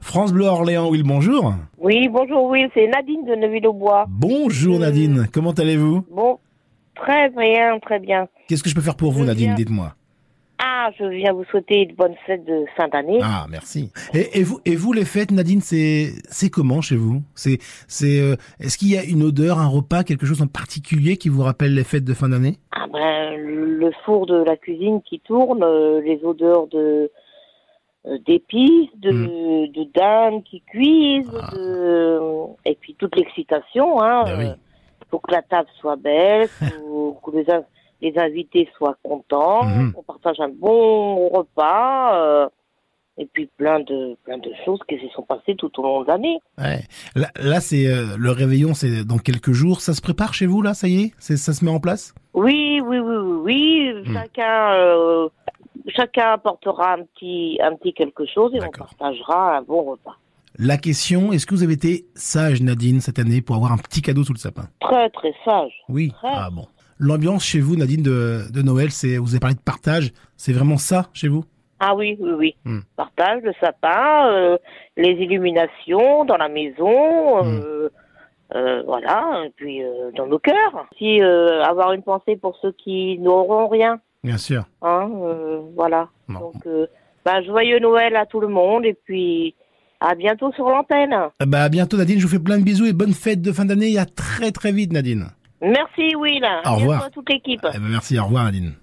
France Bleu Orléans. Will, bonjour. Oui, bonjour Will, c'est Nadine de Neuville-au-Bois. Bonjour Nadine, comment allez-vous Bon, très bien, très bien. Qu'est-ce que je peux faire pour vous Je Nadine viens. Dites-moi. Ah, je viens vous souhaiter une bonne fête de fin d'année. Ah, merci. Et, et vous, et vous les fêtes Nadine, c'est c'est comment chez vous C'est c'est euh, est-ce qu'il y a une odeur, un repas, quelque chose en particulier qui vous rappelle les fêtes de fin d'année Ah ben, le four de la cuisine qui tourne, euh, les odeurs de euh, d'épices, de, Mm. de dinde qui cuisent, de, euh, et puis toute l'excitation. Hein, Ah. Ben oui. Euh, faut que la table soit belle, faut que les, in- les invités soient contents, Mhm. qu'on partage un bon repas, euh, et puis plein de plein de choses qui se sont passées tout au long de l'année. Ouais. Là, là, c'est euh, le réveillon, c'est dans quelques jours. Ça se prépare chez vous là, ça y est, c'est ça se met en place. Oui, oui, oui, oui, oui. Hmm. Chacun, euh, chacun apportera un petit, un petit quelque chose et on D'accord. partagera un bon repas. La question, est-ce que vous avez été sage Nadine cette année pour avoir un petit cadeau sous le sapin Très, très sage. Oui. Ouais. Ah bon. L'ambiance chez vous, Nadine, de, de Noël, c'est vous avez parlé de partage, c'est vraiment ça chez vous Ah oui, oui, oui. Hmm. Partage le sapin, euh, les illuminations dans la maison, Hmm. euh, euh, voilà, et puis euh, dans nos cœurs. Si euh, avoir une pensée pour ceux qui n'auront rien, Bien sûr. hein, euh, voilà. Non. Donc, euh, bah, joyeux Noël à tout le monde et puis à bientôt sur l'antenne. Ah Bah à bientôt Nadine, je vous fais plein de bisous et bonne fête de fin d'année. Et à très très vite Nadine. Merci Will. À bientôt revoir. à toute l'équipe. Eh ben, merci, au revoir Nadine.